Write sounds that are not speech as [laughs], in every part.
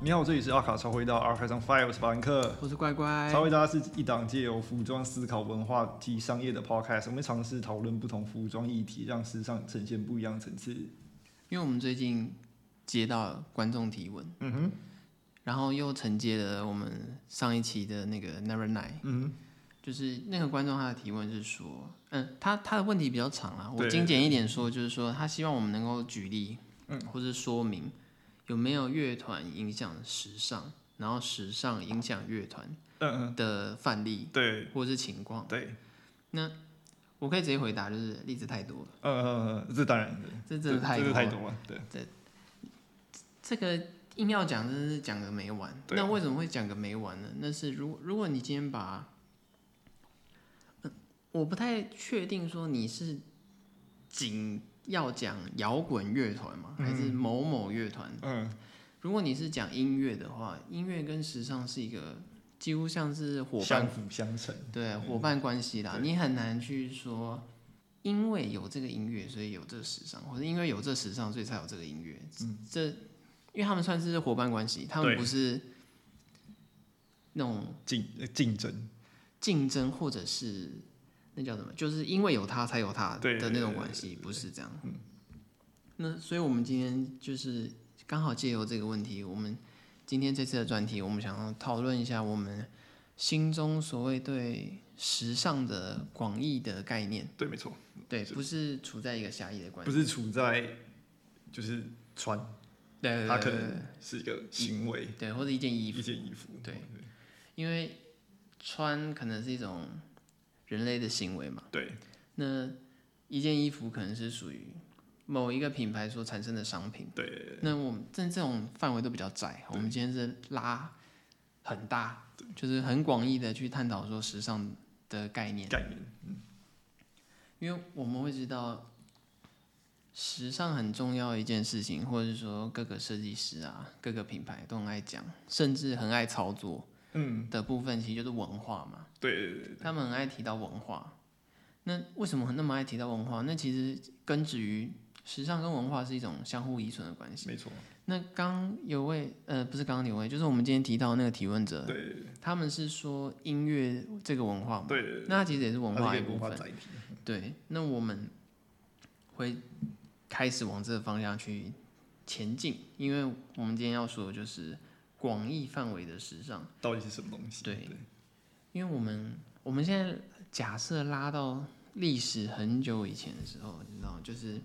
你好，这里是阿卡超回到阿卡上 Files 法兰克。我是乖乖。超回答是一档借由服装思考文化及商业的 podcast，我们尝试讨论不同服装议题，让时尚呈现不一样的层次。因为我们最近接到观众提问，嗯哼，然后又承接了我们上一期的那个 Never Night，嗯就是那个观众他的提问是说，嗯，他他的问题比较长啦，我对精简一点说，就是说他希望我们能够举例，嗯，或是说明有没有乐团影响时尚，然后时尚影响乐团哼，嗯嗯，的范例对或是情况。对，我可以直接回答，就是例子太多了，嗯嗯嗯，这当然，这真的太这多这太了。多了，对，这个硬要讲，真的是讲个没完。对啊那为什么会讲个没完呢？那是如如果你今天把，嗯我不太确定说你是仅要讲摇滚乐团吗？还是某某乐团？嗯如果你是讲音乐的话，音乐跟时尚是一个几乎像是伙伴相辅相成，对伙伴关系啦，你很难去说，因为有这个音乐，所以有这个时尚，或者因为有这时尚，所以才有这个音乐。这因为他们算是伙伴关系，他们对不是那种竞呃竞争，竞争或者是那叫什么，就是因为有他才有他对的那种关系，不是这样。嗯那所以我们今天就是刚好借由这个问题，我们今天这次的专题，我们想要讨论一下我们心中所谓对时尚的广义的概念，对，没错，对，不是处在一个狭义的关不系，是处在就是穿，对对对它可对能是一个行为，对对，或者一件衣服一，件衣服，对，因为穿可能是一种人类的行为嘛。对，那一件衣服可能是属于某一个品牌所产生的商品，对，那我们这这种范围都比较窄。我们今天是拉很大，就是很广义的去探讨说时尚的概念，概念，嗯因为我们会知道时尚很重要的一件事情，或者是说各个设计师啊、各个品牌都很爱讲，甚至很爱操作嗯，的部分，其实就是文化嘛。对对对，他们很爱提到文化。那为什么那么爱提到文化？那其实根植于时尚跟文化是一种相互依存的关系。没错，那刚有位呃，不是刚刚有位，就是我们今天提到那个提问对者，对他们是说音乐这个文化嘛，对对，那它其实也是文它化是一一个部文化分。载体，对，那我们会开始往这个方向去前进，因为我们今天要说的就是广义范围的时尚。到底是什么东西？对因为我们我们现在假设拉到历史很久以前的时候，你知道，就是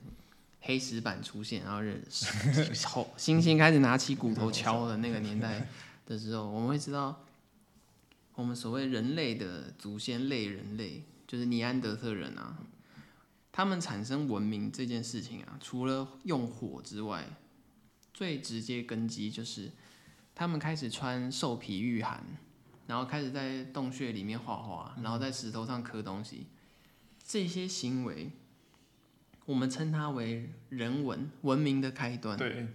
黑石板出现，然后人 [laughs] 头猩猩开始拿起骨头敲的那个年代的时候，我们会知道，我们所谓人类的祖先类人类，就是尼安德特人啊，他们产生文明这件事情啊，除了用火之外，最直接根基就是他们开始穿兽皮御寒。然后开始在洞穴里面画画，然后在石头上刻东西，这些行为，我们称它为人文文明的开端。对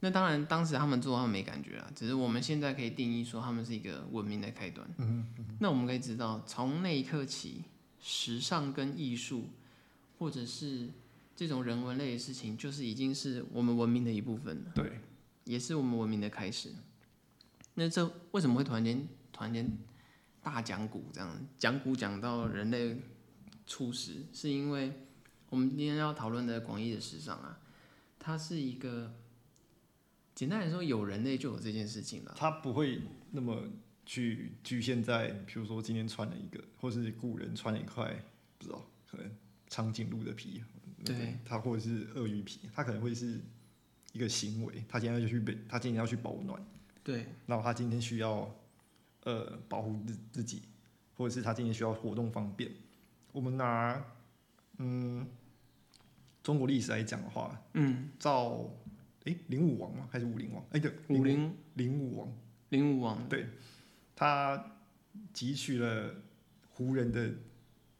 那当然，当时他们做他们没感觉啊，只是我们现在可以定义说他们是一个文明的开端。那我们可以知道，从那一刻起，时尚跟艺术，或者是这种人文类的事情，就是已经是我们文明的一部分了。对，也是我们文明的开始。那这为什么会突然间突然间大讲古这样讲古讲到人类初始，是因为我们今天要讨论的广义的时尚啊，它是一个简单来说，有人类就有这件事情了。它不会那么去局限在，比如说今天穿了一个，或是古人穿了一块，不知道可能长颈鹿的皮，对，它或者是鳄鱼皮，它可能会是一个行为，它今天要去被，它今天要去保暖，对然后它今天需要呃保护自自己，或者是它今天需要活动方便。我们拿嗯中国历史来讲的话，嗯，照诶零武王吗？还是武陵王？哎、对，武林灵武王。零武王，对，他汲取了胡人的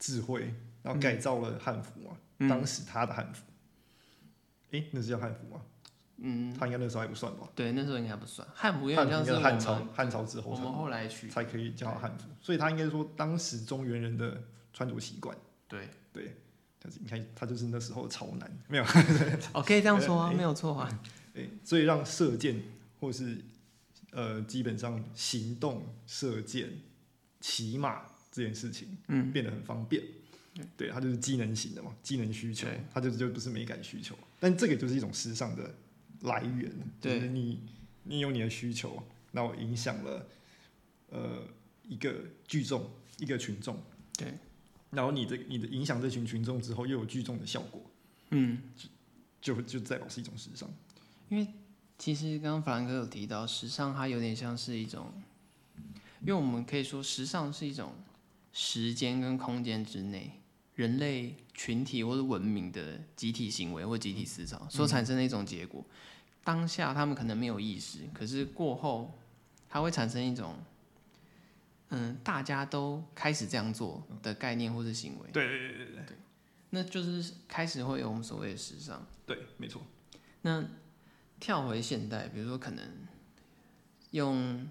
智慧，然后改造了汉服嘛，嗯当时他的汉服，诶，那是叫汉服吗？嗯，他应该那时候还不算吧？对，那时候应该还不算汉服，有汉点服应该像是是我汉朝们，汉朝之后我们后来去，才可以叫它汉服，所以他应该说当时中原人的穿着习惯，对，对，就是你看他就是那时候的潮男，没有 [laughs] 哎哦，可以这样说啊，没有错啊，诶，所以让射箭或是呃，基本上行动、射箭、骑马这件事情，嗯，变得很方便。对，它就是机能型的嘛，机能需求嗯对，它就就不是美感需求。但这个就是一种时尚的来源，对就是你你有你的需求，那我影响了呃一个聚众，一个群众，对，然后你的你的影响这群群众之后，又有聚众的效果，嗯。就就代表是一种时尚。其实刚刚法兰克有提到，时尚它有点像是一种，因为我们可以说时尚是一种时间跟空间之内人类群体或者文明的集体行为或集体思潮所产生的一种结果。当下他们可能没有意识，可是过后它会产生一种，嗯，大家都开始这样做的概念或是行为，对对对对对那就是开始会有我们所谓的时尚。对，没错。那跳回现代，比如说可能用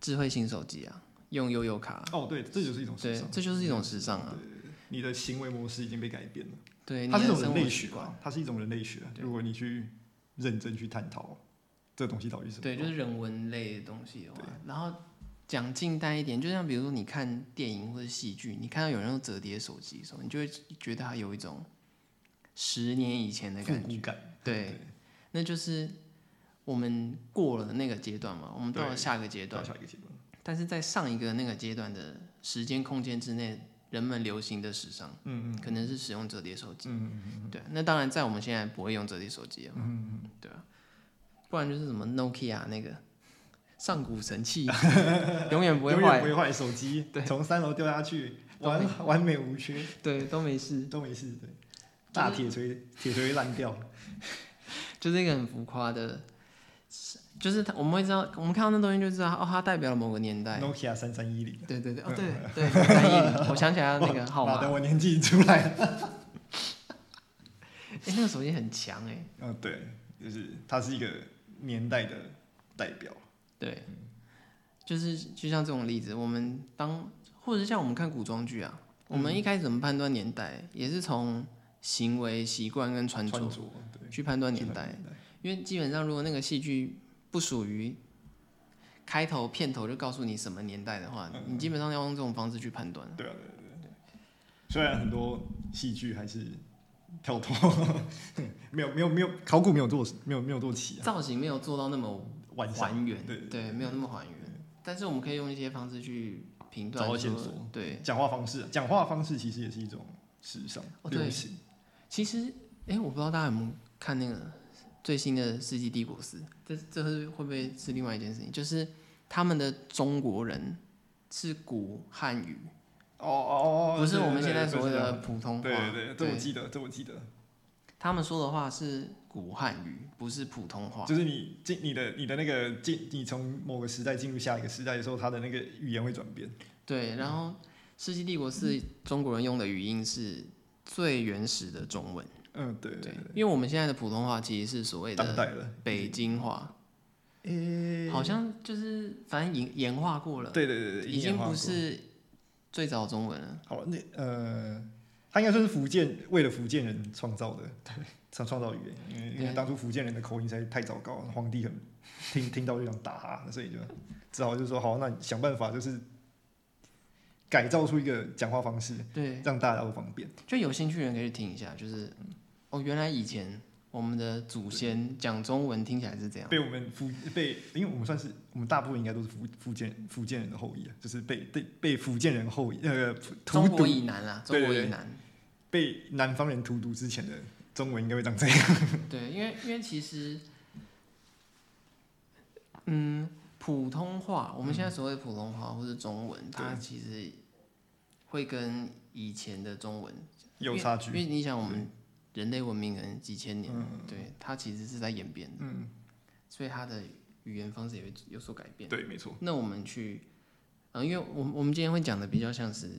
智慧型手机啊，用悠游卡，哦，对，这就是一种时对尚，。这就是一种时尚啊。你的行为模式已经被改变了，对，它你是一的种生人活类习学惯，啊，它是一种人类学。对如果你去认真去探讨这东西到底是什么，对，就是人文类的东西的话，然后讲近代一点，就像比如说你看电影或者戏剧，你看到有人用折叠手机的时候，你就会觉得它有一种十年以前的复感觉。古感。对，那就是我们过了那个阶段嘛，我们到了对下个阶对，段到。下一个结论。但是在上一个那个阶段的时间空间之内，人们流行的时尚嗯嗯可能是使用折叠手机。嗯嗯嗯对啊，那当然在我们现在不会用折叠手机了嘛，嗯，对啊，不然就是什么 Nokia 那个上古神 [laughs] 器，永远不会永远不坏，会坏手机 [laughs] 对，从三楼掉下去，都没完完美无缺，对，都没事，都没事。对，大铁锤铁锤烂掉。就是一个很浮夸的，就是它我们会知道，我们看到那东西就知道，哦，它代表了某个年代。 Nokia 三三一零。对对对，哦对对，三一我想起来那个号 [laughs] 哇码，等哎、我年纪出来 [laughs] 了。那个手机很强哎、嗯，对，就是它是一个年代的代表。对，就是就像这种例子，我们当或者是像我们看古装剧啊，我嗯们一开始怎么判断年代，也是从行为习惯跟穿着穿着，对，去判断年代，代。因为基本上如果那个戏剧不属于开头片头就告诉你什么年代的话，嗯你基本上要用这种方式去判断。对啊，对对对虽然很多戏剧还是跳脱， [laughs] 没有没有没有考古没有做没有没有做齐啊，造型没有做到那么完善还原，对对嗯没有那么还原，但是我们可以用一些方式去评断找说，到线索对，讲话方式啊，讲话方式其实也是一种时尚哦对流行。其实，哎、我不知道大家有没有看那个最新的《世纪帝国四》，这这是会不会是另外一件事情？就是他们的中国人是古汉语，哦哦哦，不是对对我们现在对所谓的对普通话。对对对，这我记得，这我记得，他们说的话是古汉语，不是普通话。就是你进你的你的那个进，你从某个时代进入下一个时代的时候，它的那个语言会转变。对，然后《世纪帝国四》中国人用的语音是最原始的中文。嗯，对对对，，因为我们现在的普通话其实是所谓当的代了。北京话，好像就是反正演演化过了。对对对对，已经演化不过是最早中文了。好，那呃，他应该算是福建为了福建人创造的，创创造语言，因为因为对当初福建人的口音实在太糟糕，皇帝很听听到就想打他，所以就只好就说好，那你想办法就是改造出一个讲话方式，对，让大家都方便。就有兴趣的人可以去听一下，就是哦，原来以前我们的祖先讲中文听起来是这样。被我们福被，因为我们算是我们大部分应该都是福福建福建人的后裔啊，就是被被被福建人后裔呃荼中国毒，以南啦，中对国对以对南，被南方人荼毒之前的中文应该会长这样。对，因为因为其实，嗯，普通话，我们现在所谓的普通话或者中文，它嗯对其实会跟以前的中文有差因距，为你想，我们人类文明可能几千年，对，它其实是在演变的，嗯，所以它的语言方式也会有所改变。对，没错，那我们去，呃，因为我们我们今天会讲的比较像是，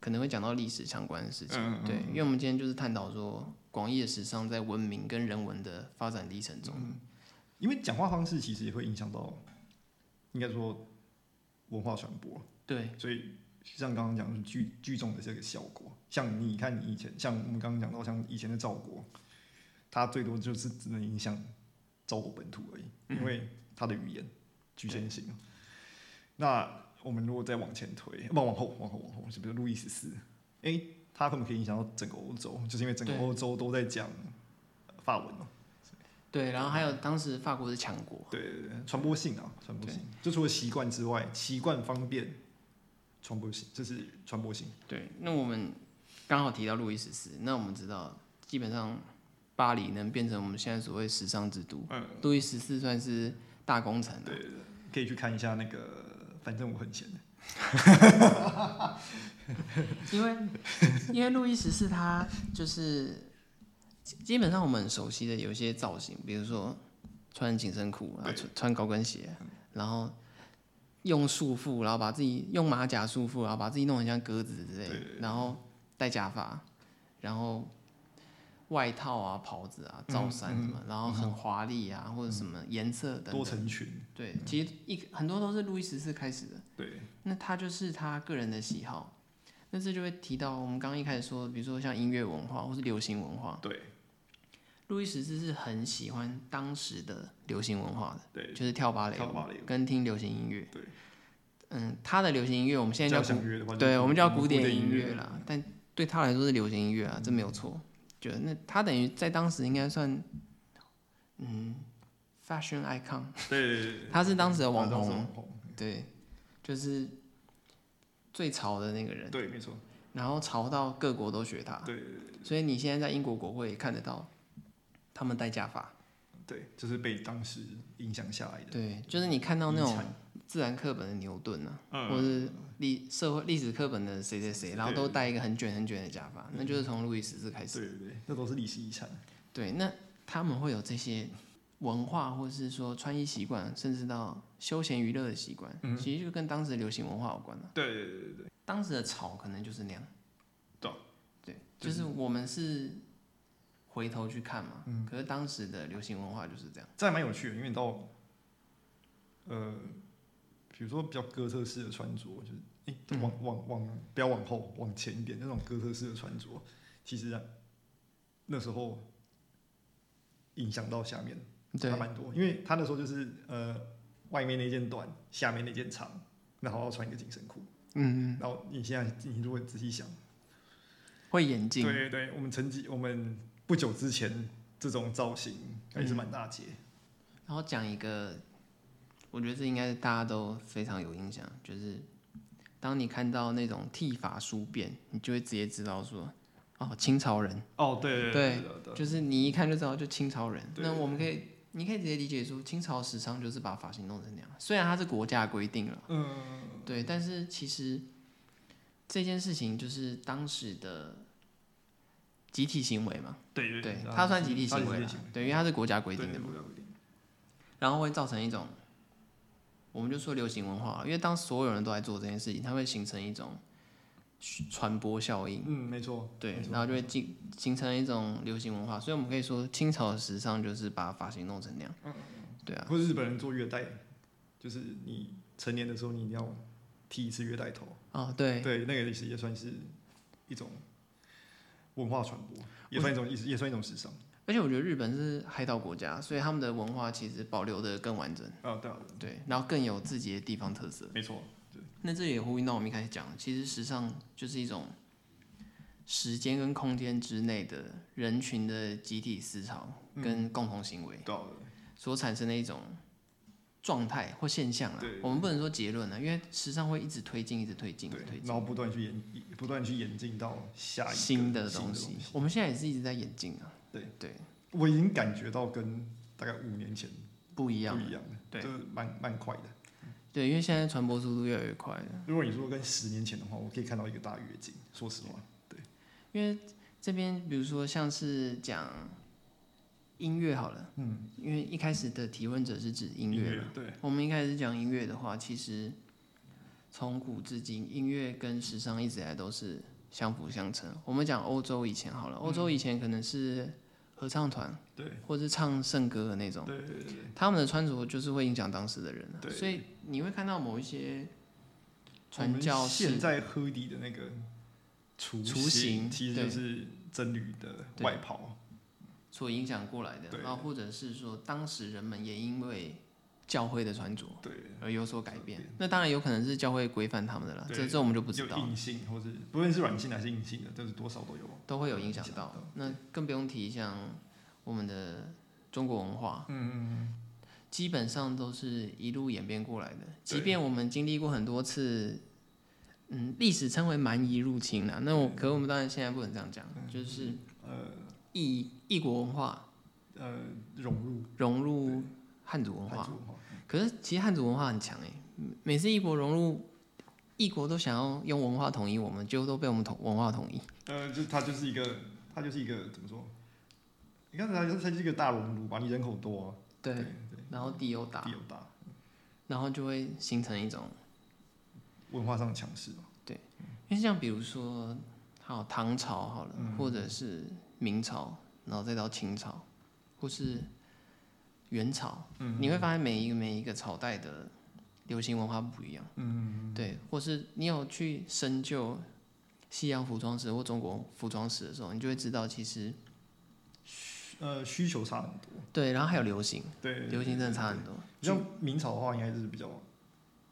可能会讲到历史相关的事情，嗯，嗯对，因为我们今天就是探讨说广义的时尚在文明跟人文的发展历程中，嗯因为讲话方式其实也会影响到，应该说文化传播，对所以像刚刚讲的聚聚众的这个效果，像你看你以前，像我们刚刚讲到，像以前的赵国，他最多就是只能影响赵国本土而已，因为他的语言，局限性。那我们如果再往前推，不往后往后往后，是不是路易十四？哎、他根本可以影响到整个欧洲，就是因为整个对欧洲都在讲法文嘛。对，然后还有当时法国是强国，对对对，传播性啊，传播性，就除了习惯之外，习惯方便，传播性，这是传播性。对，那我们刚好提到路易十四，那我们知道基本上巴黎能变成我们现在所谓时尚之都，嗯，路易十四算是大功臣了。对对对，可以去看一下那个，反正我很闲的。因为因为路易十四他就是基基本上我们很熟悉的有一些造型，比如说穿紧身裤，然后穿穿高跟鞋，然后用束缚，然后把自己用马甲束缚，然后把自己弄得很像鸽子之类的，然后戴假发，然后外套啊、袍子啊、罩衫什么，然后很华丽啊，或者什么颜色等多等。成群，对，其实一很多都是路易十四开始的。对，那他就是他个人的喜好。那这就会提到我们刚刚一开始说，比如说像音乐文化或是流行文化，对，路易十四是很喜欢当时的流行文化的，对，就是跳芭蕾跳舞芭蕾舞跟听流行音乐。对，嗯，他的流行音乐我们现在交叫响乐的话古，就，对我们叫古古典音音乐了。啦，但对他来说是流行音乐啊，这没有错。就那他等于在当时应该算，嗯，fashion icon，对对对对，他是当时的网当时红，网红，对，就是最潮的那个人。对，没错，然后潮到各国都学他，对所以你现在在英国国会也看得到他们戴假发，对，就是被当时影响下来的。对，就是你看到那遗种产自然课本的牛顿啊，嗯或是历社会历史课本的谁谁谁，然后都戴一个很卷很卷的假发，那就是从路易十四开始，对对对，那都是历史遗产。对，那他们会有这些文化，或是说穿衣习惯，甚至到休闲娱乐的习惯，其实就跟当时的流行文化有关了、对对对对对，当时的潮可能就是那样，对啊对，就就是我们是回头去看嘛，可是当时的流行文化就是这样，这还蛮有趣的，因为你到，呃，比如说比较哥特式的穿着，就是诶、往往往不要往后，往前一点，那种哥特式的穿着，其实、啊、那时候影响到下面还对蛮多，因为他那时候就是呃，外面那件短，下面那件长，然后要穿一个紧身裤，嗯，然后你现在你如果仔细想。会演进，对对对，我们曾经我们不久之前这种造型还是嗯蛮大街。然后讲一个，我觉得这应该是大家都非常有印象，就是当你看到那种剃发梳辫，你就会直接知道说，哦，清朝人，哦，对对对对，就是你一看就知道就清朝人，对那我们可以。你可以直接理解出清朝时尚就是把发型弄成那样，虽然它是国家规定了。嗯，对，但是其实这件事情就是当时的集体行为嘛，对啊对对，它他算集体行为为了，对，因为它是国家规定的嘛，嘛，规定然后会造成一种，我们就说流行文化了，因为当所有人都在做这件事情，它会形成一种传播效应，嗯，没错，对没，错然后就会进形成一种流行文化，所以我们可以说清朝的时尚就是把发型弄成那样，嗯对啊，或者日本人做月带，就是你成年的时候你一定要剃一次月带头，哦对，对，那个其实也算是一种文化传播，也算一种也是也算一种时尚而且我觉得日本是海岛国家，所以他们的文化其实保留的更完整。啊，对啊，对，然后更有自己的地方特色。没错，那这也呼应到我们一开始讲的，其实时尚就是一种时间跟空间之内的人群的集体思潮嗯跟共同行为对啊，所产生的一种状态或现象啊对。我们不能说结论啊，因为时尚会一直推进，一直推进，一直对推，然后进不断去演，不断去演进到下一个新的东东西。我们现在也是一直在演进啊。对对，我已经感觉到跟大概五年前不一样不了。一样了，对就是蛮蛮快的。对，因为现在传播速度越来越快了。如果你说跟十年前的话，我可以看到一个大跃进。说实话，因为这边比如说像是讲音乐好了，嗯，因为一开始的提问者是指音乐嘛，对我们一开始讲音乐的话，其实从古至今，音乐跟时尚一直以来都是相辅相成。我们讲欧洲以前好了，欧洲以前可能是合唱团嗯对或是唱圣歌的那种，对对对对他们的穿着就是会影响当时的人啊，对所以你会看到某一些我传们教士现在喝底的那个雏雏形其实对就是僧侣的外袍。所影响过来的，对然后或者是说当时人们也因为教会的穿着对，而有所改变改变。那当然有可能是教会规范他们的啦，对这这我们就不知有道，硬性或是不论是软性还是硬性的，就是多少都有。都会有影响影响到到。那更不用提像我们的中国文化，嗯嗯基本上都是一路演变过来的。即对便我们经历过很多次，嗯，历史称为蛮夷入侵啊啦。那我可我们当然现在不能这样讲，就是嗯，异异国文化呃呃，融入融入汉族文汉化族。文化，可是其实汉族文化很强诶，每次异国融入，异国都想要用文化统一我们，结果都被我们统文化统一。呃，就它就是一个，它就是一个怎么说？你看它它就是一个大熔炉吧，你人口多、啊，对，对，然后地又对大地，又大，然后就会形成一种，文化上的强势嘛，因为像比如说，好唐朝好了，嗯或者是明朝，然后再到清朝，或是元朝，嗯你会发现每一个每一个朝代的流行文化不一样。嗯，对，或是你有去深究西洋服装史或中国服装史的时候，你就会知道，其实呃，需求差很多，对，然后还有流行，对，流行真的差很多。你像明朝的话，应该是比较，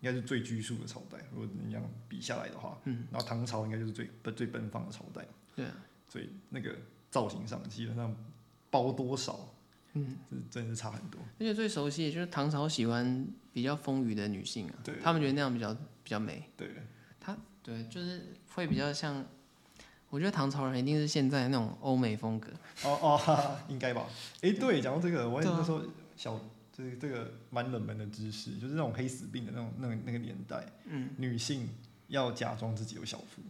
应该是最拘束的朝代。如果你这样比下来的话，嗯，然后唐朝应该就是最奔最奔放的朝代，对啊，所以那个造型上基本上包多少，嗯，这真的是差很多。而且最熟悉的就是唐朝喜欢比较丰腴的女性啊对，他们觉得那样比较比较美。对，对，就是会比较像，我觉得唐朝人一定是现在那种欧美风格。哦哦，哈哈应该吧？哎、对，讲到这个，我也对啊那时候小，这个这个蛮冷门的知识，就是那种黑死病的那种那个那个年代，嗯，女性要假装自己有小腹，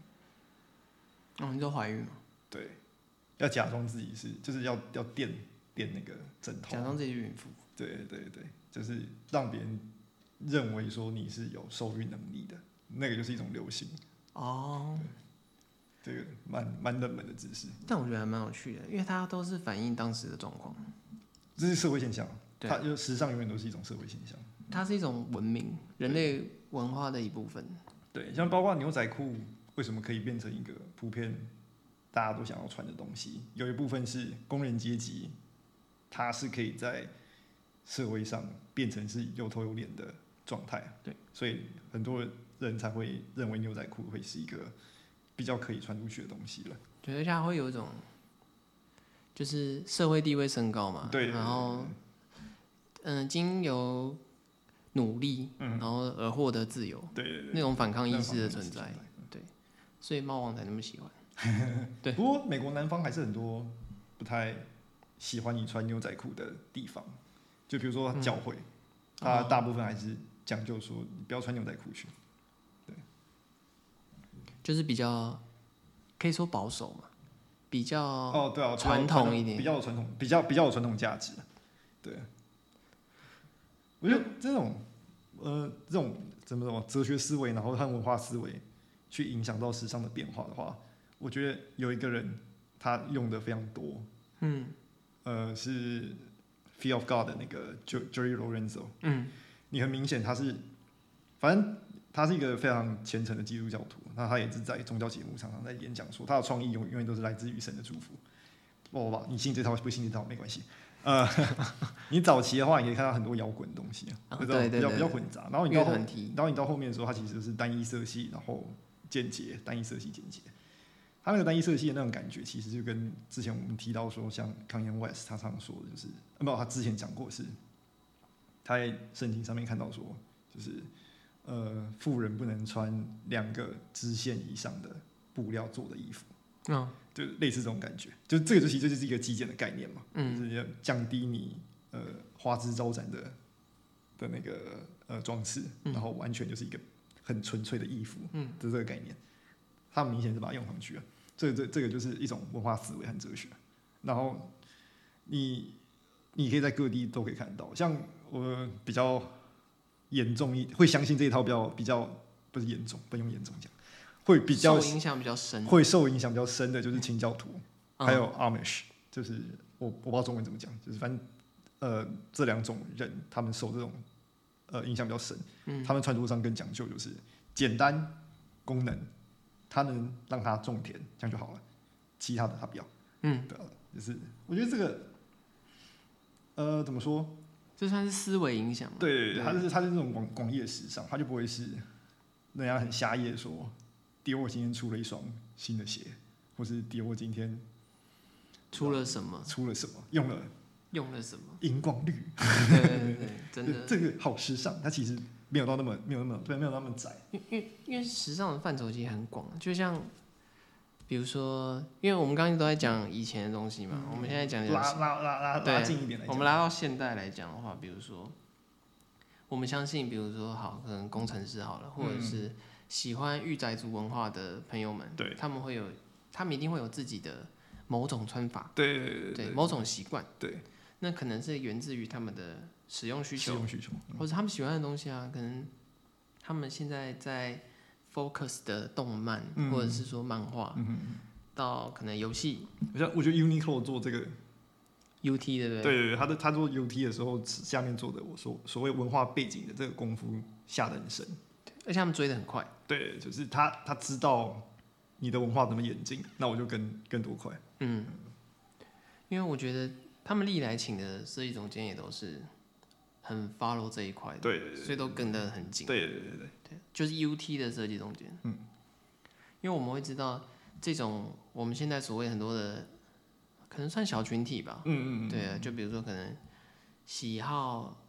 哦，你说怀孕嘛，对，要假装自己是，就是要要垫垫那个枕头啊假，装自己是孕妇，对对对，就是让别人认为说你是有受孕能力的，那个就是一种流行，哦，这个蛮蛮冷门的知识，但我觉得还蛮有趣的，因为它都是反映当时的状况，这是社会现象，啊对它就时尚永远都是一种社会现象。它是一种文明，人类文化的一部分。对，像包括牛仔裤为什么可以变成一个普遍大家都想要穿的东西，有一部分是工人阶级，他是可以在社会上变成是有头有脸的状态。啊对，所以很多人才会认为牛仔裤会是一个比较可以穿出去的东西了。觉得它会有一种，就是社会地位升高嘛，对，啊然后嗯、经由努力，然后而获得自由，嗯对对对，那种反那抗意识的方面存是在，。所以猫王才那么喜欢。对不过美国南方还是很多不太喜欢你穿牛仔裤的地方，就比如说教会，它哦大部分还是讲究说你不要穿牛仔裤去。就是比较可以说保守嘛，比较、哦，对啊，传统一点比较有传统，比较比较有传统价值。对，我觉得这种呃这种怎么怎么哲学思维，然后和文化思维去影响到时尚的变化的话，我觉得有一个人他用的非常多，嗯呃，是 Fear of God 的那个 Jo- Jerry Lorenzo，嗯你很明显他是，反正他是一个非常虔诚的基督教徒，那他也是在宗教节目常常在演讲说，他的创意永永远都是来自于神的祝福。哇哇，你信这套不信这套没关系。呃， [laughs] 你早期的话也可以看到很多摇滚的东西啊比较对对比较对比较混杂。然后你乐到后，团体然后你到后面的时候，它其实就是单一色系，然后简洁，单一色系简洁。它那个单一色系的那种感觉，其实就跟之前我们提到说，像 Kanye West 他常说的就是，呃，不，他之前讲过是，他在圣经上面看到说，就是呃，富人不能穿两个支线以上的布料做的衣服，嗯就类似这种感觉。就这个就其实就是一个极简的概念嘛，嗯就是要降低你呃花枝招展的的那个呃装饰，嗯然后完全就是一个很纯粹的衣服，嗯，的这个概念，他明显是把它用上去了。这这这个就是一种文化思维和哲学。然后你你可以在各地都可以看到，像我比较严重一会相信这一套比较比较不是严重，不用严重讲，会比较受影响比较深，会受影响比较深的就是清教徒。嗯还有 Amish，就是我我不知道中文怎么讲，就是反正呃这两种人他们受这种呃影响比较深，嗯他们穿着上更讲究就是简单功能，他能让他种田这样就好了，其他的他不要，嗯对啊，就是我觉得这个呃怎么说，这算是思维影响吗？对，对它是它是那种广广义的时尚，它就不会是人家很狭义的说，迪欧今天出了一双新的鞋，或是迪欧今天出了什么，出了什么，用了？用了什么荧光绿，对对对对，真 [laughs] 的，这个好时尚。它其实没有到那么没有那么对，没有那么窄。因因为因为时尚的范畴其实很广，啊就像比如说，因为我们刚刚都在讲以前的东西嘛，我们现在讲讲拉拉拉拉拉对近一点来我讲，们拉到现代来讲的话，比如说，我们相信，比如说好，可能工程师好嗯了，或者是喜欢御宅族文化的朋友们，对他们会有，他们一定会有自己的某种穿法，对对对，某种习惯，对那可能是源自于他们的使用需使求，用需求，或者他们喜欢的东西啊，可能他们现在在 focus 的动漫，嗯或者是说漫画，到可能游戏我像我觉得 Uniqlo 做这个， UT 对不对对？对对，他的他做 UT 的时候，下面做的我所所谓文化背景的这个功夫下得很深。而且他们追的很快，对，就是他他知道你的文化怎么演进，那我就跟跟多快。嗯，因为我觉得他们历来请的设计总监也都是很 follow 这一块的，对对所以都跟得很紧。对对对对，对，就是 UT 的设计总监。嗯，因为我们会知道这种我们现在所谓很多的，可能算小群体吧。嗯嗯嗯，对啊，就比如说可能喜好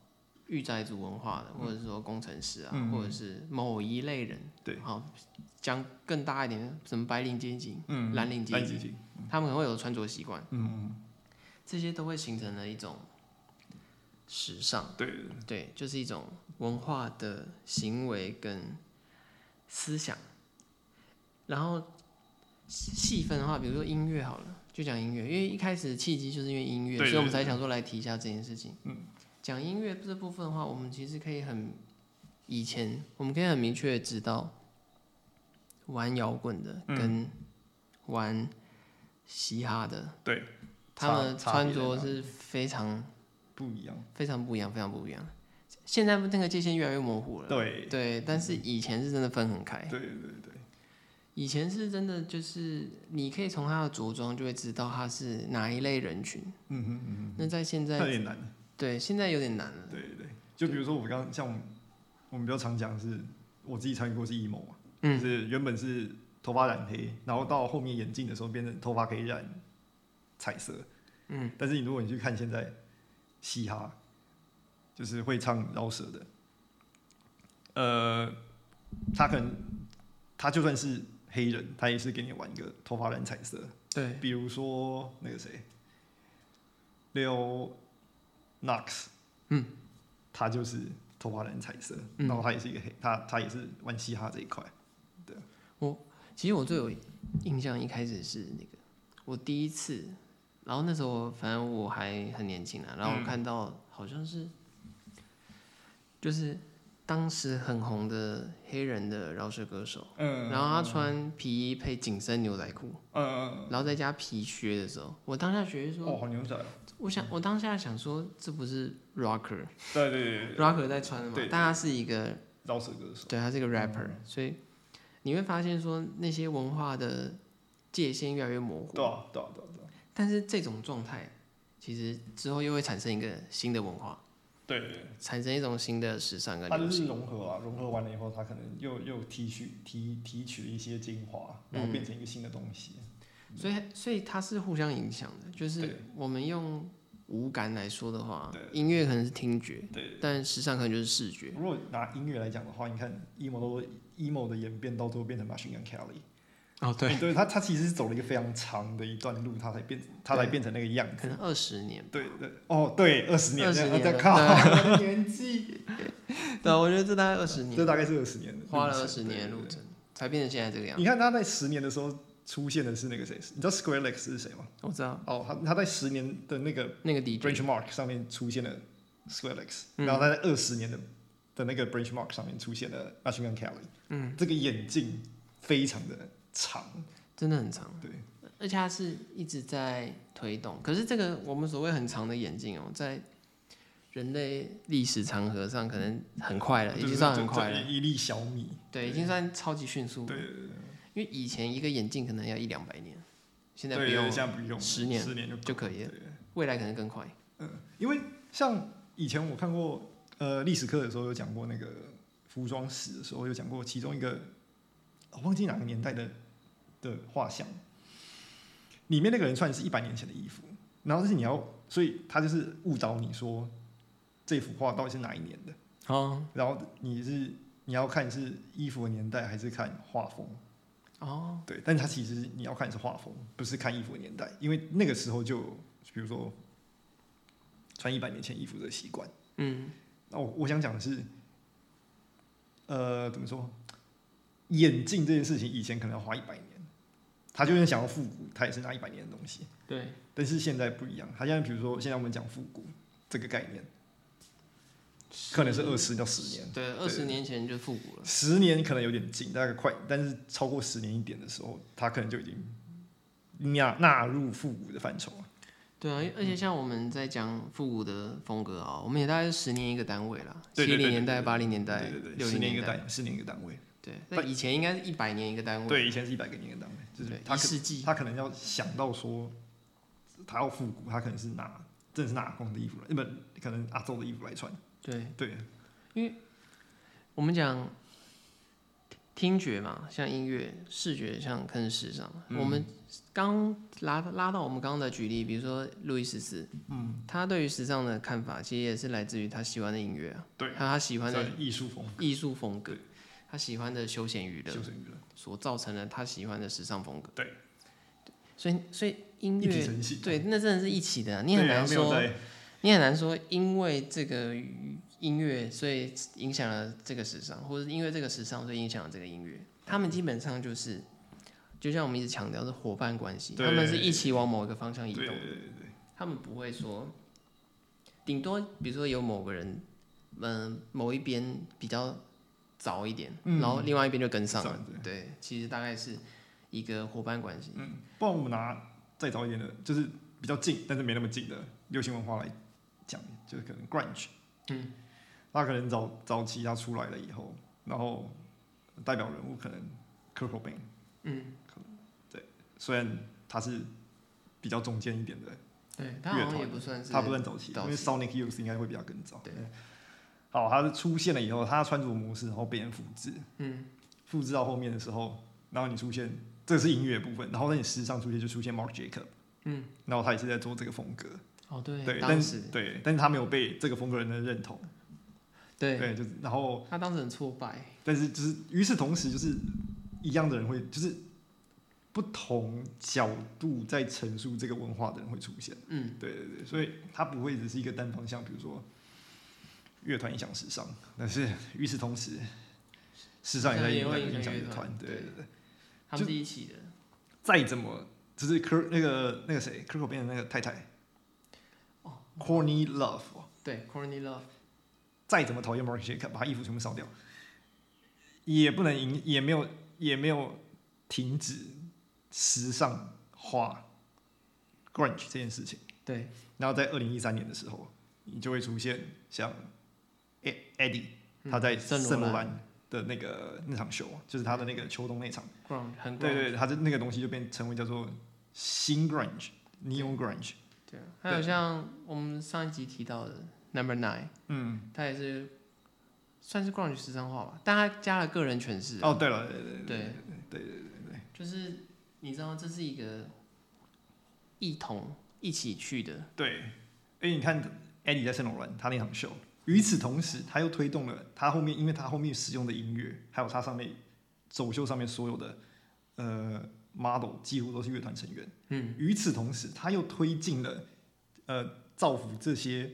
御宅族文化的，或者是说工程师啊，嗯或者是某一类人。对好，讲更大一点，什么白领阶级、嗯蓝领阶蓝级领，阶级，他们可能会有穿着习惯。嗯这些都会形成了一种时尚，嗯，对对对对，就是一种文化的行为跟思想。然后细分的话，比如说音乐好了，就讲音乐，因为一开始契机就是因为音乐，对对所以我们对才想说来提一下这件事情。嗯，讲音乐这部分的话，我们其实可以很以前我们可以很明确的知道，玩摇滚的嗯跟玩嘻哈的，对，他们差差穿别在着哪是非常不一样。非常不一样，非常不一样。现在那个界限越来越模糊了。对对，但是以前是真的分很开对，对对对，以前是真的就是你可以从他的着装就会知道他是哪一类人群。嗯哼嗯那在现哼，那有在，点难。对，现在有点难了。对对对，就比如说我刚刚像我们我们比较常讲的是，我自己参与过是 emo 嘛，就嗯，是原本是头发染黑，然后到后面眼镜的时候变成头发可以染彩色。嗯，但是你如果你去看现在嘻哈，就是会唱饶舌的，呃，他可能他就算是黑人，他也是给你玩一个头发染彩色。对，比如说那个谁，Leo Knox，嗯，他就是头发染彩色，嗯然后他也是一个黑，他他也是玩嘻哈这一块。其实我最有印象一开始是那个我第一次，然后那时候我反正我还很年轻啊，然嗯后我看到好像是、就是当时很红的黑人的饶舌歌手。嗯然后他穿皮衣配紧身牛仔裤，嗯，然后再加皮靴的时候，我当下觉得哦，说，好牛仔哦，我想我当下想说，这不是 rocker 对对对对对， rocker 在穿的嘛对？但他是一个，饶舌歌手，对，他是一个 rapper，所嗯以你会发现说那些文化的界限越来越模对糊。啊对啊对啊对啊但是这种状态，其实之后又会产生一个新的文化，对对对，产生一种新的时尚跟他流就行。是融合啊，融合完了以后，他可能又又提取提提取了一些精华，嗯然后变成一个新的东西。所以，所以它是互相影响的。就是对我们用五感来说的话对，音乐可能是听觉，对，但时尚可能就是视觉。如果拿音乐来讲的话，你看 emo 都 emo 的演变到最后变成 Machine Gun Kelly。哦，欸，对他，他其实是走了一个非常长的一段路，他才变，他才变成那个样可子。能二十年，对对，哦，对，二十年，二十年在了靠，对我的年纪，对啊，我觉得这大概二十这年，大概是二十年的路程，花了二十年的对路。程，才变成现在这个对对样你子。看他在十年的时候出现的是那个谁？你知道 Square Lex 是谁吗？我知道哦，他他在十年的那个那个 DJ， Benchmark 上面出现了 Square Lex，、嗯然后他在二十年的的那个 Benchmark 上面出现了 Machine Gun Kelly。嗯，这个眼镜非常的长，真的很长，对，而且它是一直在推动。可是这个我们所谓很长的眼镜哦，在人类历史长河上可能很快了，已哦就是经算这很快这了，一粒小米。对，已经算超级迅速了。对对对。因为以前一个眼镜可能要一两百年，现在不对，用现在不用了， 10年十年就够就可以了对，未来可能更快。嗯，因为像以前我看过，呃，历史课的时候有讲过那个服装史的时候有讲过，其中一个我忘记哪个年代的的画像，里面那个人穿的是一百年前的衣服，然后但是你要，所以他就是误导你说这幅画到底是哪一年的，哦然后你是你要看是衣服的年代还是看画风。哦，对，但它其实你要看是画风，不是看衣服的年代，因为那个时候就有比如说穿一百年前衣服的习惯。嗯，那我我想讲的是，呃，怎么说？眼镜这件事情以前可能要花一百年，他就算想要复古，他也是拿一百年的东西。对，但是现在不一样，他现在比如说现在我们讲复古这个概念，可能是二十到十年，对，二十年前就复古了，十年可能有点近，大概快，但是超过十年一点的时候，它可能就已经纳纳入复古的范畴了。对嗯啊，因为而且像我们在讲复古的风格啊，我们也大概是十年一个单位啦，七对对对零年对代、对八零年代对对、对，六十零年一个代，单，十年一个单位。对，但以前应该是一百年一个单位，对，以前是一百个年个单位，就是对，他一可世纪，他可能要想到说，他要复古，他可能是拿真的是拿阿公的衣服来，呃不，可能阿周的衣服来穿。对，对，我们讲听觉嘛，像音乐；视觉像看时尚。我们嗯刚拉拉到我们刚刚的举例，比如说路易十四，嗯，他对于时尚的看法，其实也是来自于他喜欢的音乐啊，对还有他喜欢的算艺术风艺术风格对，他喜欢的休闲娱乐休，闲娱乐，所造成了他喜欢的时尚风格。对，所以所以音一体乐成型。对，那真的是一起的啊、对，你很难没有说。在你很难说，因为这个音乐，所以影响了这个时尚，或者是因为这个时尚，所以影响了这个音乐。他们基本上就是，就像我们一直强调是伙伴关系，对他们是一起往某一个方向移对动对的，对对他们不会说，顶多比如说有某个人，嗯、某一边比较早一点，嗯然后另外一边就跟上上了。对，其实大概是一个伙伴关系。嗯，不然我们拿再早一点的，就是比较近，但是没那么近的流行文化来讲，就是可能 grunge，嗯，他可能早早期他出来了以后，然后代表人物可能 Kurt Cobain，嗯，对，虽然他是比较中间一点的，对，他好乐像团也不算是他不算早期，早因为 Sonic Youth 应该会比较更早。对，好，他出现了以后，他穿着模式，然后被人复制，嗯，复制到后面的时候，然后你出现，这是音乐部分，然后在你时尚出现就出现 Mark Jacob，嗯，然后他也是在做这个风格，哦，对对，当但时是对，但是他没有被这个风格人的认同，对对，就是然后他当时很挫败，但是就是与此同时，就是一样的人会就是不同角度在陈述这个文化的人会出现。嗯，对对对，所以它不会只是一个单方向，比如说乐团影响时尚，但是与此同时，时尚也在也会影影响响乐乐团团。对对对，他们是一起的。再怎么就是科那个那个谁，科口边的那个太太哦，Corny Love，哦对，Corny Love，再怎么讨厌 Mark Jacob，把他衣服全部烧掉，也不能赢，也没有也没有停止时尚化 grunge 这件事情。对，然后在二零一三年的时候，你就会出现像 Ed- Eddie 嗯他在圣罗圣罗兰兰的那个那场秀，就是他的那个秋冬那场， ，Ground 很 ground，对对，他的那个东西就变成为叫做新 grunge、neo grunge，对啊还有像我们上一集提到的 Number Nine，嗯，他也是算是 Ground 时尚化吧，但他加了个人诠释。啊哦，对了，对对对对，对对对对，就是你知道这是一个一同一起去的，对，哎，你看 Eddie 在圣罗兰他那场秀，与此同时，他又推动了他后面，因为他后面使用的音乐，还有他上面走秀上面所有的呃 model 几乎都是乐团成员。嗯，与此同时，他又推进了呃造福这些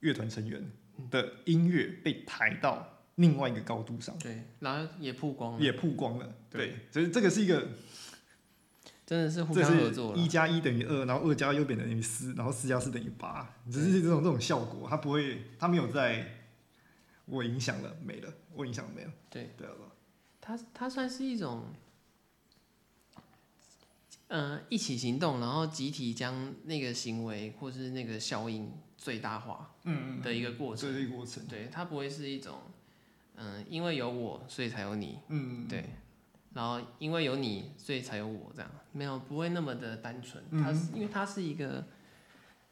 乐团成员的音乐被抬到另外一个高度上，对，然后也曝光了，也曝光了。嗯对对，所以这个是一个真的是互这相合是作一了。加一等于二，然后二加又等于四，然后四加四等于八，只是这种这种效果，它不会，它没有在我影响了没了，我影响了没了，对，对啊，它它算是一种，嗯、一起行动，然后集体将那个行为或是那个效应最大化嗯的一个过程。这是一个过程，对，它不会是一种，嗯、因为有我，所以才有你，嗯，对，然后因为有你，所以才有我，这样没有不会那么的单纯。嗯它是因为它是一个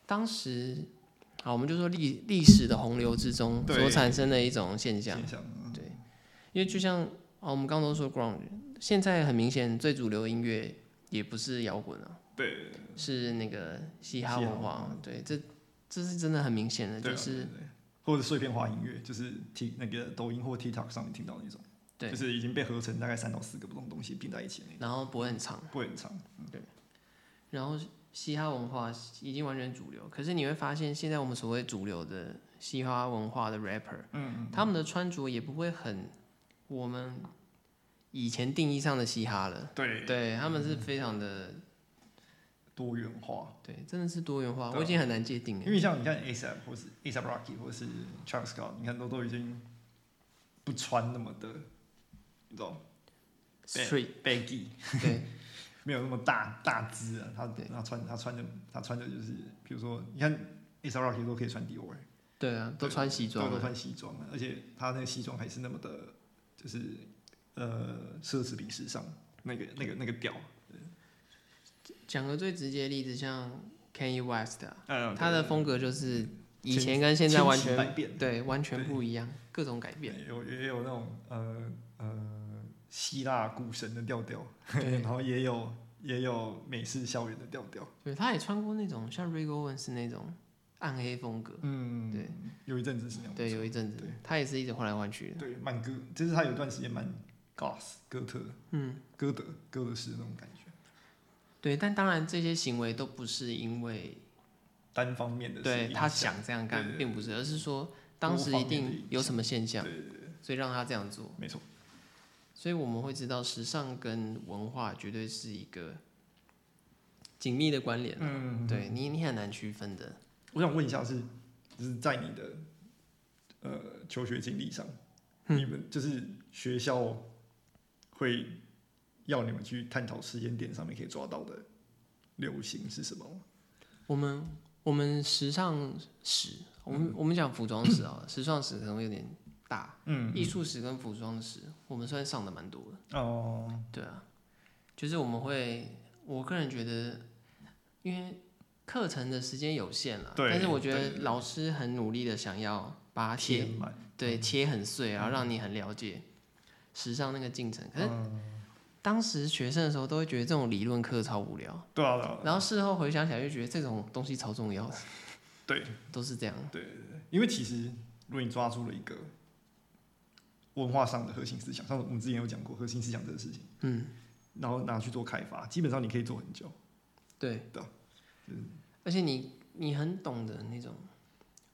当时好，我们就说历历史的洪流之中对所产生的一种现象现。象。嗯对，因为就像哦，我们刚刚都说 ground，现在很明显最主流音乐也不是摇滚啊，对，是那个嘻哈嘻哈文化。对，这这是真的很明显的，对就啊是对对或者碎片化音乐，就是 T 那个抖音或 TikTok 上面听到的那种，对就是已经被合成大概三到四个不同东西并在一起的那然后不会很长，种，不会很长。然后嘻哈文化已经完全主流，可是你会发现现在我们所谓主流的嘻哈文化的 rapper，嗯，他们的穿着也不会很我们以前定义上的嘻哈了。对，对，他们是非常的，多元化，对，真的是多元化，对啊我已经很难界定了因。为像你看 ASAP 或是 ASAP Rocky 或是 Travis Scott，你看都都已经不穿那么的，你知道 Street， baggy，对，没有那么大大只啊，他对他穿他穿的他穿的就是，比如说你看 ASAP Rocky 都可以穿 Dior，对啊，都穿西装对都了，穿西装啊，而且他那个西装还是那么的，就是呃奢侈品时尚那个那个那个调，讲个最直接的例子，像 Kanye West，啊嗯他的风格就是以前跟现在完全变，对完全对不一样，各种改变。有也有那种呃呃希腊古神的调调，[laughs] 对然后也有也有美式校园的调调，对，他也穿过那种像 Rick Owens 那种暗黑风格，嗯对，有一阵子是那样，对，有一阵子对他也是一直换来换去的。对，蛮哥，就是他有一段时间蛮 Goth 哥特嗯，哥德哥德式的那种感觉，对，但当然这些行为都不是因为单方面的是对影他响想这样干对，对并不是，而是说当时一多方面的定影响有什么现象，对对对，所以让他这样做。没错。所以我们会知道，时尚跟文化绝对是一个紧密的关联。啊嗯，对你，你很难区分的。我想问一下是，就是在你的呃求学经历上，你们就是学校会要你们去探讨时间点上面可以抓到的流行是什么吗？我们我们时尚史，我们、我们讲服装史啊，时尚史可能会有点大，嗯，艺术史跟服装史，我们算上的蛮多的。哦，对啊，就是我们会，我个人觉得，因为课程的时间有限了，对但是我觉对得对对老师很努力的想要把它切天满，对，切很碎，然后让你很了解时尚那个进程。可是嗯当时学生的时候，都会觉得这种理论课超无聊，对啊，对啊，然后事后回想起来，就觉得这种东西超重要的， [laughs] 对，都是这样。啊因为其实如果你抓住了一个文化上的核心思想，像我们之前有讲过核心思想这个事情，嗯，然后拿去做开发，基本上你可以做很久。对对啊而且你你很懂得那种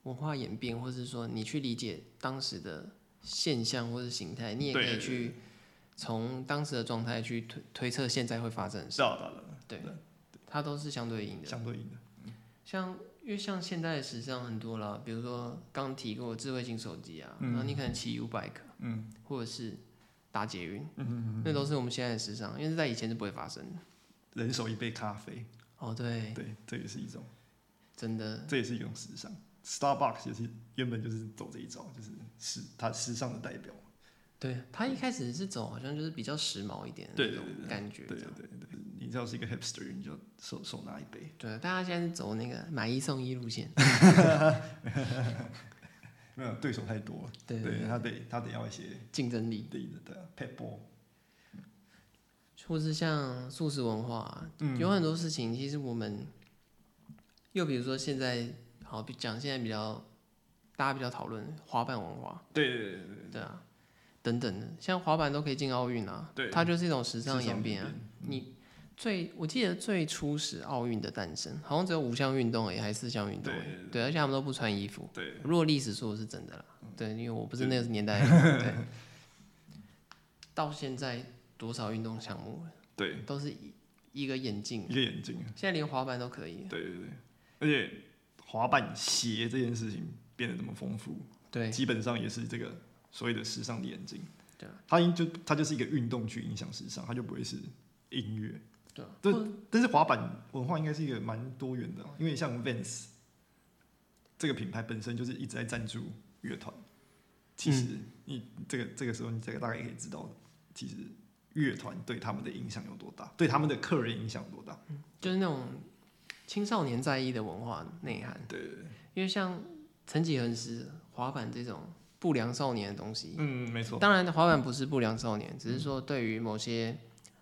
文化演变，或是说你去理解当时的现象或是形态，你也可对以对对去从当时的状态去推推测现在会发生的事，是啊，对啊，啊对啊它都是相对应的。相对应的，像因为像现在的时尚很多啦，比如说刚提过智慧型手机啊，嗯然后你可能骑 U bike，嗯或者是搭捷运，嗯嗯嗯，那都是我们现在的时尚，因为在以前是不会发生的。人手一杯咖啡。哦，对，对，这也是一种，真的，这也是一种时尚。Starbucks 也是原本就是走这一招，就是时它时尚的代表。对他一开始是走好像就是比较时髦一点的对那种对对对感觉，对这对样对对，你只要是一个 hipster，你就手手拿一杯。对，大家现在是走那个买一送一路 [laughs] 线，没有对手太多了，对对对对，他得他得要一些竞争力，对的对啊 pet ball，或是像素食文化啊、嗯有很多事情，其实我们又比如说现在好比讲现在比较大家比较讨论滑板文化，对对对对对啊，等等的，像滑板都可以进奥运啊，对它就是一种时对，尚演变啊。嗯你最我记得最初始奥运的诞生，好像只有五项运动而已，还是四项运动而已对对对对，而且他们都不穿衣服。对，嗯如果历史说的是真的啦，对，因为我不是那个年代的人，对。到现在多少运动项目了对都是一一个眼镜，一个眼镜，啊现在连滑板都可以。对对对，而且滑板鞋这件事情变得这么丰富，对基本上也是这个所谓的时尚的眼睛。对啊，它因就它就是一个运动去影响时尚，它就不会是音乐。对啊对，但是滑板文化应该是一个蛮多元的啊，因为像 Vans 这个品牌本身就是一直在赞助乐团。其实嗯你这个这个时候，你这个大概可以知道，其实乐团对他们的影响有多大，对他们的客人影响有多大。就是那种青少年在意的文化内涵。对对，对因为像曾几何时，滑板这种不良少年的东西，嗯，没错，当然滑板不是不良少年，嗯只是说对于某些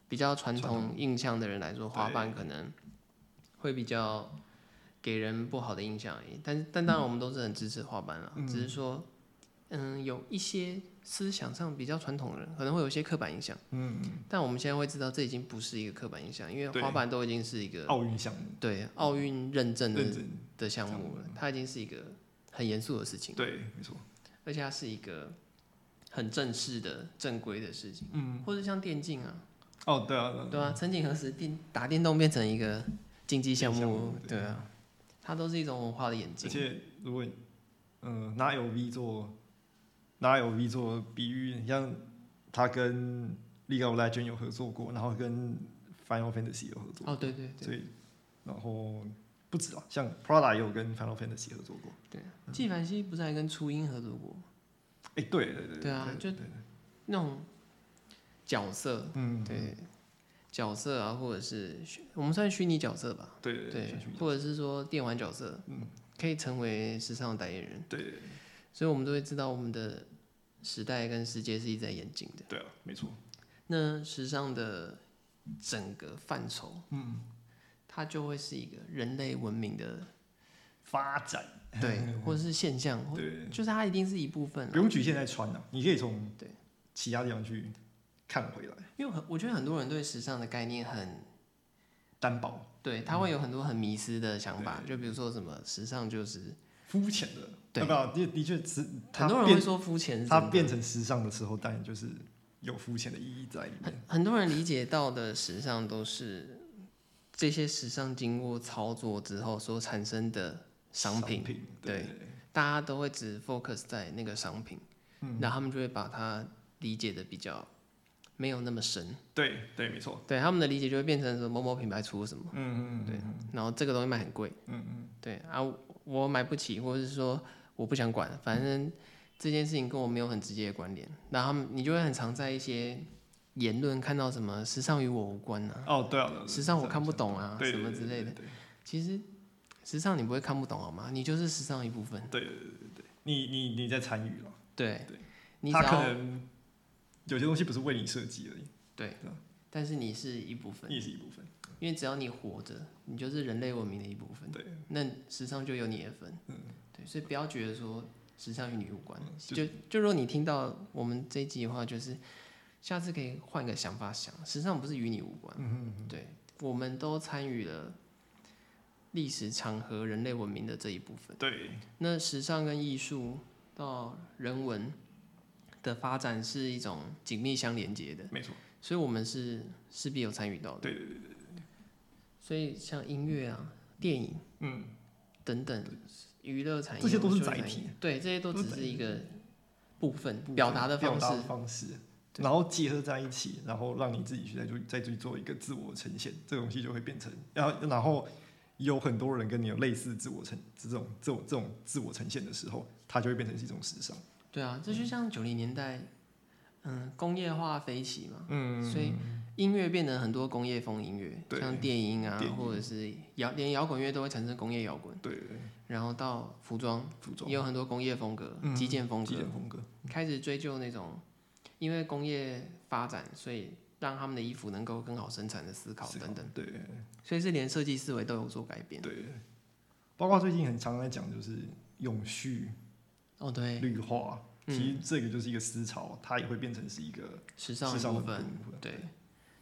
比较传统印象的人来说，对滑板可能会比较给人不好的印象而已。但但当然，我们都是很支持滑板啊，嗯只是说，嗯，有一些思想上比较传统的人，可能会有一些刻板印象。嗯，但我们现在会知道，这已经不是一个刻板印象，因为对滑板都已经是一个奥运项目，对奥运认证的认真，的项目了，它已经是一个很严肃的事情，对，没错，而且它是一个很正式的、正规的事情，嗯，或者像电竞啊，哦，对啊，对啊对啊，曾几何时电打电动变成一个竞技项竞技项目目，对啊，它都是一种文化的演而进，且如果嗯、拿 LV 做拿 LV 做比喻，你像他跟 League of Legends 有合作过，然后跟 Final Fantasy 有合作，哦，对对对所以然后不止啊，像 Prada 也有跟 Final Fantasy 合作过。对，纪梵希不是还跟初音合作过哎、对对对对啊就对那种角色，嗯对角色啊，或者是虚我们算虚拟角色吧，对对对选取，或者是说电玩角色，嗯，可以成为时尚的代言人，对对所以我们都会知道我们的时代跟世界是一直在演进的。对啊，没错，那时尚的整个范畴，嗯，它就会是一个人类文明的发展对，或者是现象，或对，就是它一定是一部分不啦。用局限在穿啊，你可以从对其他地方去看回来，因为很我觉得很多人对时尚的概念很单薄、对，他会有很多很迷失的想法，就比如说什么时尚就是，肤浅的，对啊不啊，的的确是很它多人变会说肤浅是它真的变成时尚的时候，当然就是有肤浅的意义在里面。很多人理解到的时尚都是这些时尚经过操作之后所产生的商品，对对大家都会只 focus 在那个商品，嗯然后他们就会把它理解的比较没有那么深，对对，没错。对他们的理解就会变成说某某品牌出了什么，嗯嗯，对，然后这个东西卖很贵，嗯嗯，对啊，我我买不起，或者是说我不想管，反正这件事情跟我没有很直接的关联，然后他们你就会很常在一些言论看到什么时尚与我无关啊。哦，对啊，对啊对啊时尚我这样看不懂啊，对什么之类的。。对对对对其实时尚你不会看不懂好吗？你就是时尚一部分。你你你在参与了，对对，你只他可要能有些东西不是为你设计而已，对对啊，但是你是一部分你，也是一部分。因为只要你活着，你就是人类文明的一部分。对，那时尚就有你的份。嗯，对，所以不要觉得说时尚与你无关。嗯就就就如果你听到我们这一集的话，就是下次可以换个想法想，时尚不是与你无关。嗯嗯对，我们都参与了历史长河、人类文明的这一部分。嗯，对那时尚跟艺术到人文的发展是一种紧密相连接的，没错，所以我们是势必有参与到的。对对对，所以像音乐啊、电影嗯，等等娱乐产业，这些都是我们就会载参与体，对，这些都都只是载是体一个部分表达的表方达式。方式，对然后结合在一起，然后让你自己去再去再去做一个自我呈现，这东西就会变成，然后然后有很多人跟你有类似自我呈这种这种这种自我呈现的时候，它就会变成是一种时尚。对啊，这就像九零年代，嗯，工业化飞起嘛，嗯所以音乐变成很多工业风音乐，对像电音啊电，音或者是摇，连摇滚乐都会产生工业摇滚，对对对然后到服装。服装也有很多工业风格、嗯极简风极格，简风格，开始追究那种因为工业发展，所以让他们的衣服能够更好生产的思考思考等等，对对所以是连设计思维都有做改变。对对，包括最近很常在讲就是永续哦，对，绿化，嗯其实这个就是一个思潮，它也会变成是一个时尚时的尚部的部分，分。对，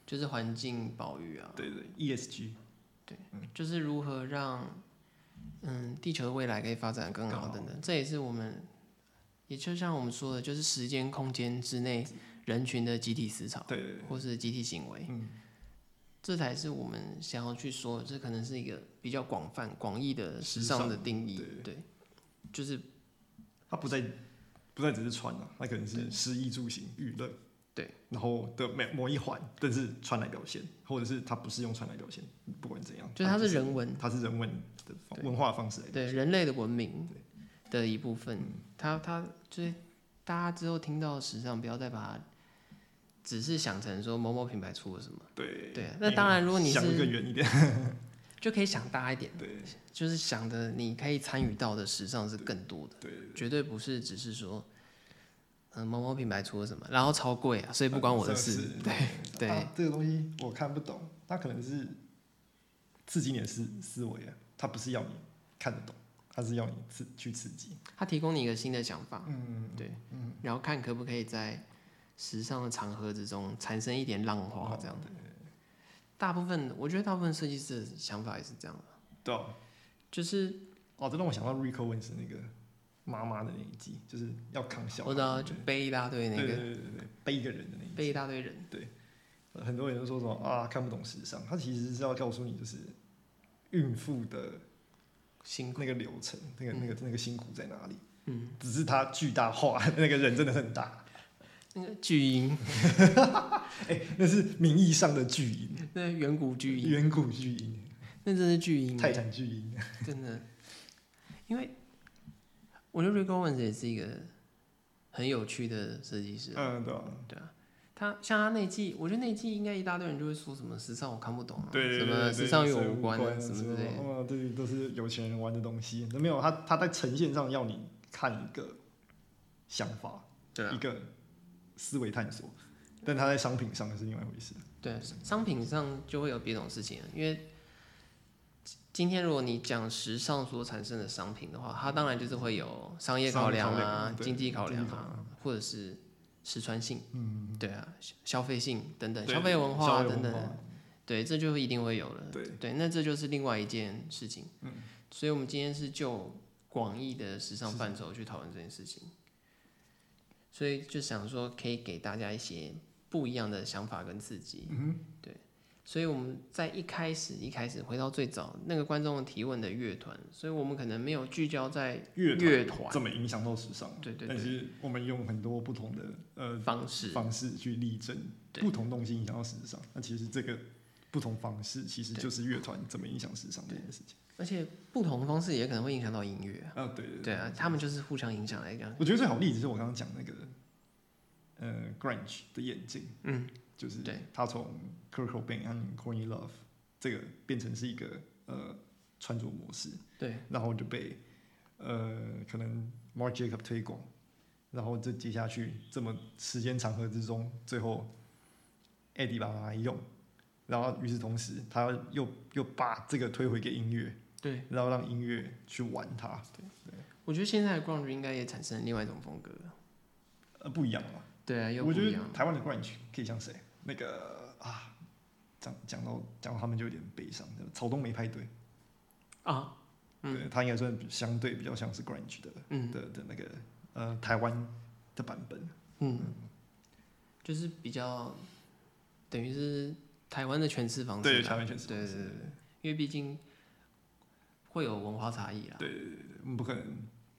就是环境保育啊，对，E 对对，ESG 就是如何让嗯地球的未来可以发展得更好更好等等，这也是我们。也就像我们说的，就是时间、空间之内人群的集体思潮。对对对或是集体行为，嗯这才是我们想要去说的，这可能是一个比较广泛、广义的时时尚尚的定义，对，就是它不再不再只是穿了、它可能是食衣住行娱乐，对，然后的每某一环，但是穿来表现，或者是它不是用穿来表现，不管怎样，啊就是它是就人文，它是人文的方对文化方式来的，对嗯人类的文明的一部分，它它就是大家之后听到时尚，不要再把它只是想成说某某品牌出了什么，对对那当然如果你想得是更远一点，就可以想大一点，对就是想的你可以参与到的时尚是更多的，对，绝对不是只是说，嗯、某某品牌出了什么，然后超贵啊，所以不关我的事。对对啊这个东西我看不懂，它可能是刺激你的思思维啊，它不是要你看得懂，它是要你刺去刺激。他提供你一个新的想法，嗯，对，然后看可不可以在时尚的场合之中产生一点浪哦花，这样的。大部分我觉得大部分设计师的想法也是这样的，对啊，就是哦，这让我想到 Rico Wins 那个妈妈的那一集，就是要扛小孩，我知道就对背一大堆那对对个对对对，背一个人的那一集。背一大堆人，很多人都说什么啊看不懂时尚，他其实是要告诉你就是孕妇的辛苦，那个流程，那个那个那个辛苦在哪里，嗯，只是它巨大化， [laughs] 那个人真的很大，那个巨婴， [laughs] 哎、 [laughs] 那是名义上的巨婴，那远古巨婴，远古巨嗯婴，那真是巨婴，啊泰坦巨婴，真的，因为我觉得 Rico Owens 也是一个很有趣的设计师， [laughs] 嗯，对啊，对啊，他像他那季，我觉得那季应该一大堆人就会说什么时尚我看不懂、啊，对对什对么对时尚与我对无关啊，什什么之类的。嗯，这都是有钱人玩的东西，那没有他他在呈现上要你看一个想法，对一啊，个思维探索，但他在商品上是另外一回事，对，商品上就会有别种事情了，因为今天如果你讲时尚所产生的商品的话，它当然就是会有商业考量商业考啊量、对经济考量经济考啊，或者是实穿性，嗯。对啊，消消费性等等，对消费文化啊消费等文等化，对，这就一定会有了。对那这就是另外一件事情。嗯，所以我们今天是就广义的时尚范畴去讨论这件事情，所以就想说可以给大家一些不一样的想法跟刺激。嗯，对，所以我们在一开始一开始回到最早那个观众提问的乐团，所以我们可能没有聚焦在乐团乐团怎么影响到时尚？对对但对是我们用很多不同的呃方式，方式去例证对不同东西影响到时尚。那其实这个不同方式其实对就是乐团怎么影响时尚这件事情。而且不同的方式也可能会影响到音乐啊。啊，对对对啊，他们就是互相影响来讲。我觉得最好例子是我刚刚讲那个呃 Grunge 的眼镜，嗯，就是对他从 Kurt Cobain 和 Courtney Love 这个变成是一个呃穿着模式，对，然后就被呃可能 Mark Jacob 推广，然后这接下去这么时间长河之中，最后 Eddie 把它拿来用，然后与此同时，他又又把这个推回给音乐，对，然后让音乐去玩它，我觉得现在的 grunge 应该也产生了另外一种风格。呃，不一样嘛。对啊，又我不觉一得样。台湾的 grunge 可以像谁？那个啊，讲讲到讲到他们就有点悲伤，草东没派对，啊，嗯对他应该算相对比较像是 grunge 的嗯的的那个呃台湾的版本。嗯，就是比较等于是台湾的诠释方式对，啦台湾全是对对对，对因为毕竟会有文化差异啦。对对对，对我们不可能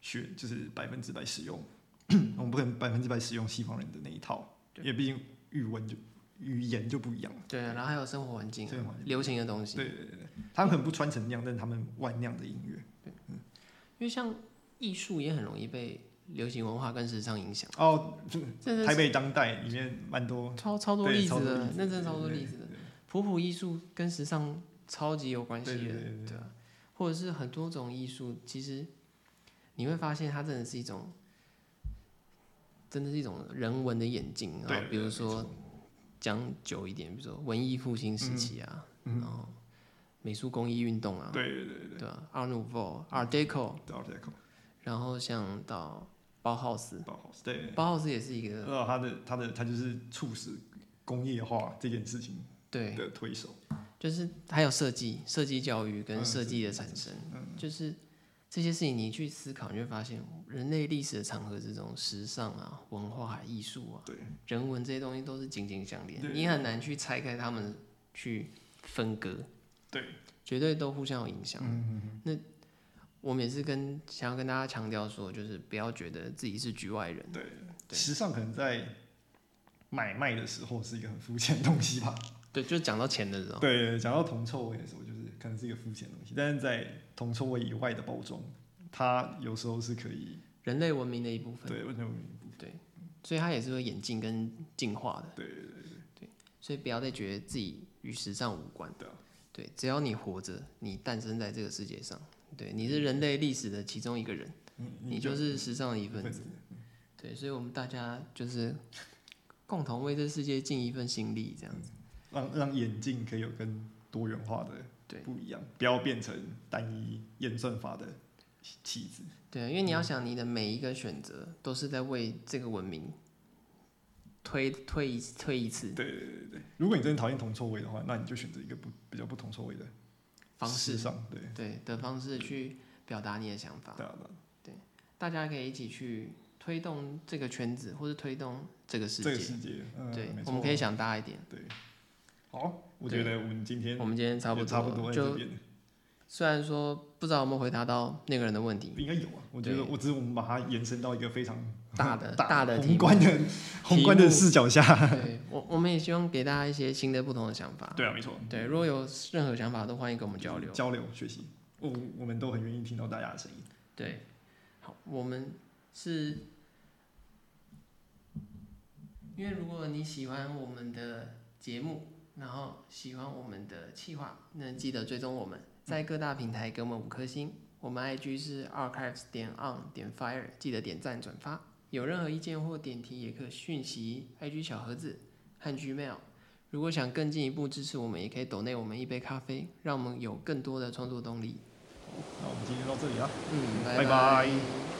学就是百分之百使用， [clears throat] 我们不可能百分之百使用西方人的那一套，对因为毕竟语文就语言就不一样。对啊，然后还有生活环境啊、生活环境流行的东西。对对对对，他们可能不穿成那样，但是他们玩那样的音乐。因为像艺术也很容易被流行文化跟时尚影响。哦，就真的台是北当代里面蛮多超超多对例超子多的例，子那真的超多例子的。普普艺术跟时尚超级有关系的，对对对对对啊，或者是很多种艺术，其实你会发现它真的是一种，真的是一种人文的演进啊对，比如没说错讲久一点，比如说文艺复兴时期啊，然后美术工艺运动啊，嗯对对对对，对啊，Art Nouveau、Art Deco，对 Art Deco 然后像到包浩斯， Bauhaus，对，包浩斯也是一个呃，他的他的他就是促使工业化这件事情对的推手。就是还有设计、设计教育跟嗯设计的产生，嗯就是这些事情你去思考，你会发现人类历史的长河之中，时尚啊、文化、啊、艺术啊、对人文这些东西都是紧紧相连对，你很难去拆开它们去分割，对，绝对嗯都互相有影响。那我们也是跟想要跟大家强调说，就是不要觉得自己是局外人，对，对时尚可能在买卖的时候是一个很肤浅的东西吧。对，就讲到钱的时候，对，讲到铜臭味的时候，就是可能是一个肤浅的东西，但是在铜臭味以外的包装，它有时候是可以人类文明的一部分，对，我认为所以它也是会演进跟进化的。对对对所以不要再觉得自己与时尚无关。对啊对，只要你活着，你诞生在这个世界上，对，你是人类历史的其中一个人，你你就是时尚的一份子。嗯对，所以我们大家就是共同为这世界尽一份心力，这样子。让让眼镜可以有更多元化的对不一样，不要变成单一演算法的棋子。对，啊因为嗯你要想，你的每一个选择都是在为这个文明推推一推一次对对对对，如果你真的讨厌铜臭味的话，那你就选择一个不比较不铜臭味的方时式，尚。对对的方式去表达你的想法。对啊对啊，大家可以一起去推动这个圈子，或是推动这个世这个界。世界，嗯，对没，我错们可以想大一点。对。好，我觉得我们今天我们今天差不也多，差不多在这就边，虽然说不知道有没有回答到那个人的问题，应该有啊。我觉得，对我只是我们把它延伸到一个非常大的 [laughs] 大的宏题目。观的宏观的视角下。 [laughs] 对，我我们也希望给大家一些新的不同的想法。对啊，没错，对，如果有任何想法都欢迎跟我们交流。交流学习，我我们都很愿意听到大家的声音。对，好，我们是，因为如果你喜欢我们的节目，然后喜欢我们的企划，那记得追踪我们，在各大平台给我们五颗星。我们 IG 是 archives 点 on 点 fire，记得点赞转发。有任何意见或点题，也可讯息 IG 小盒子和 Gmail。如果想更进一步支持我们，也可以 donate 我们一杯咖啡，让我们有更多的创作动力。那我们今天到这里啊。嗯，拜拜拜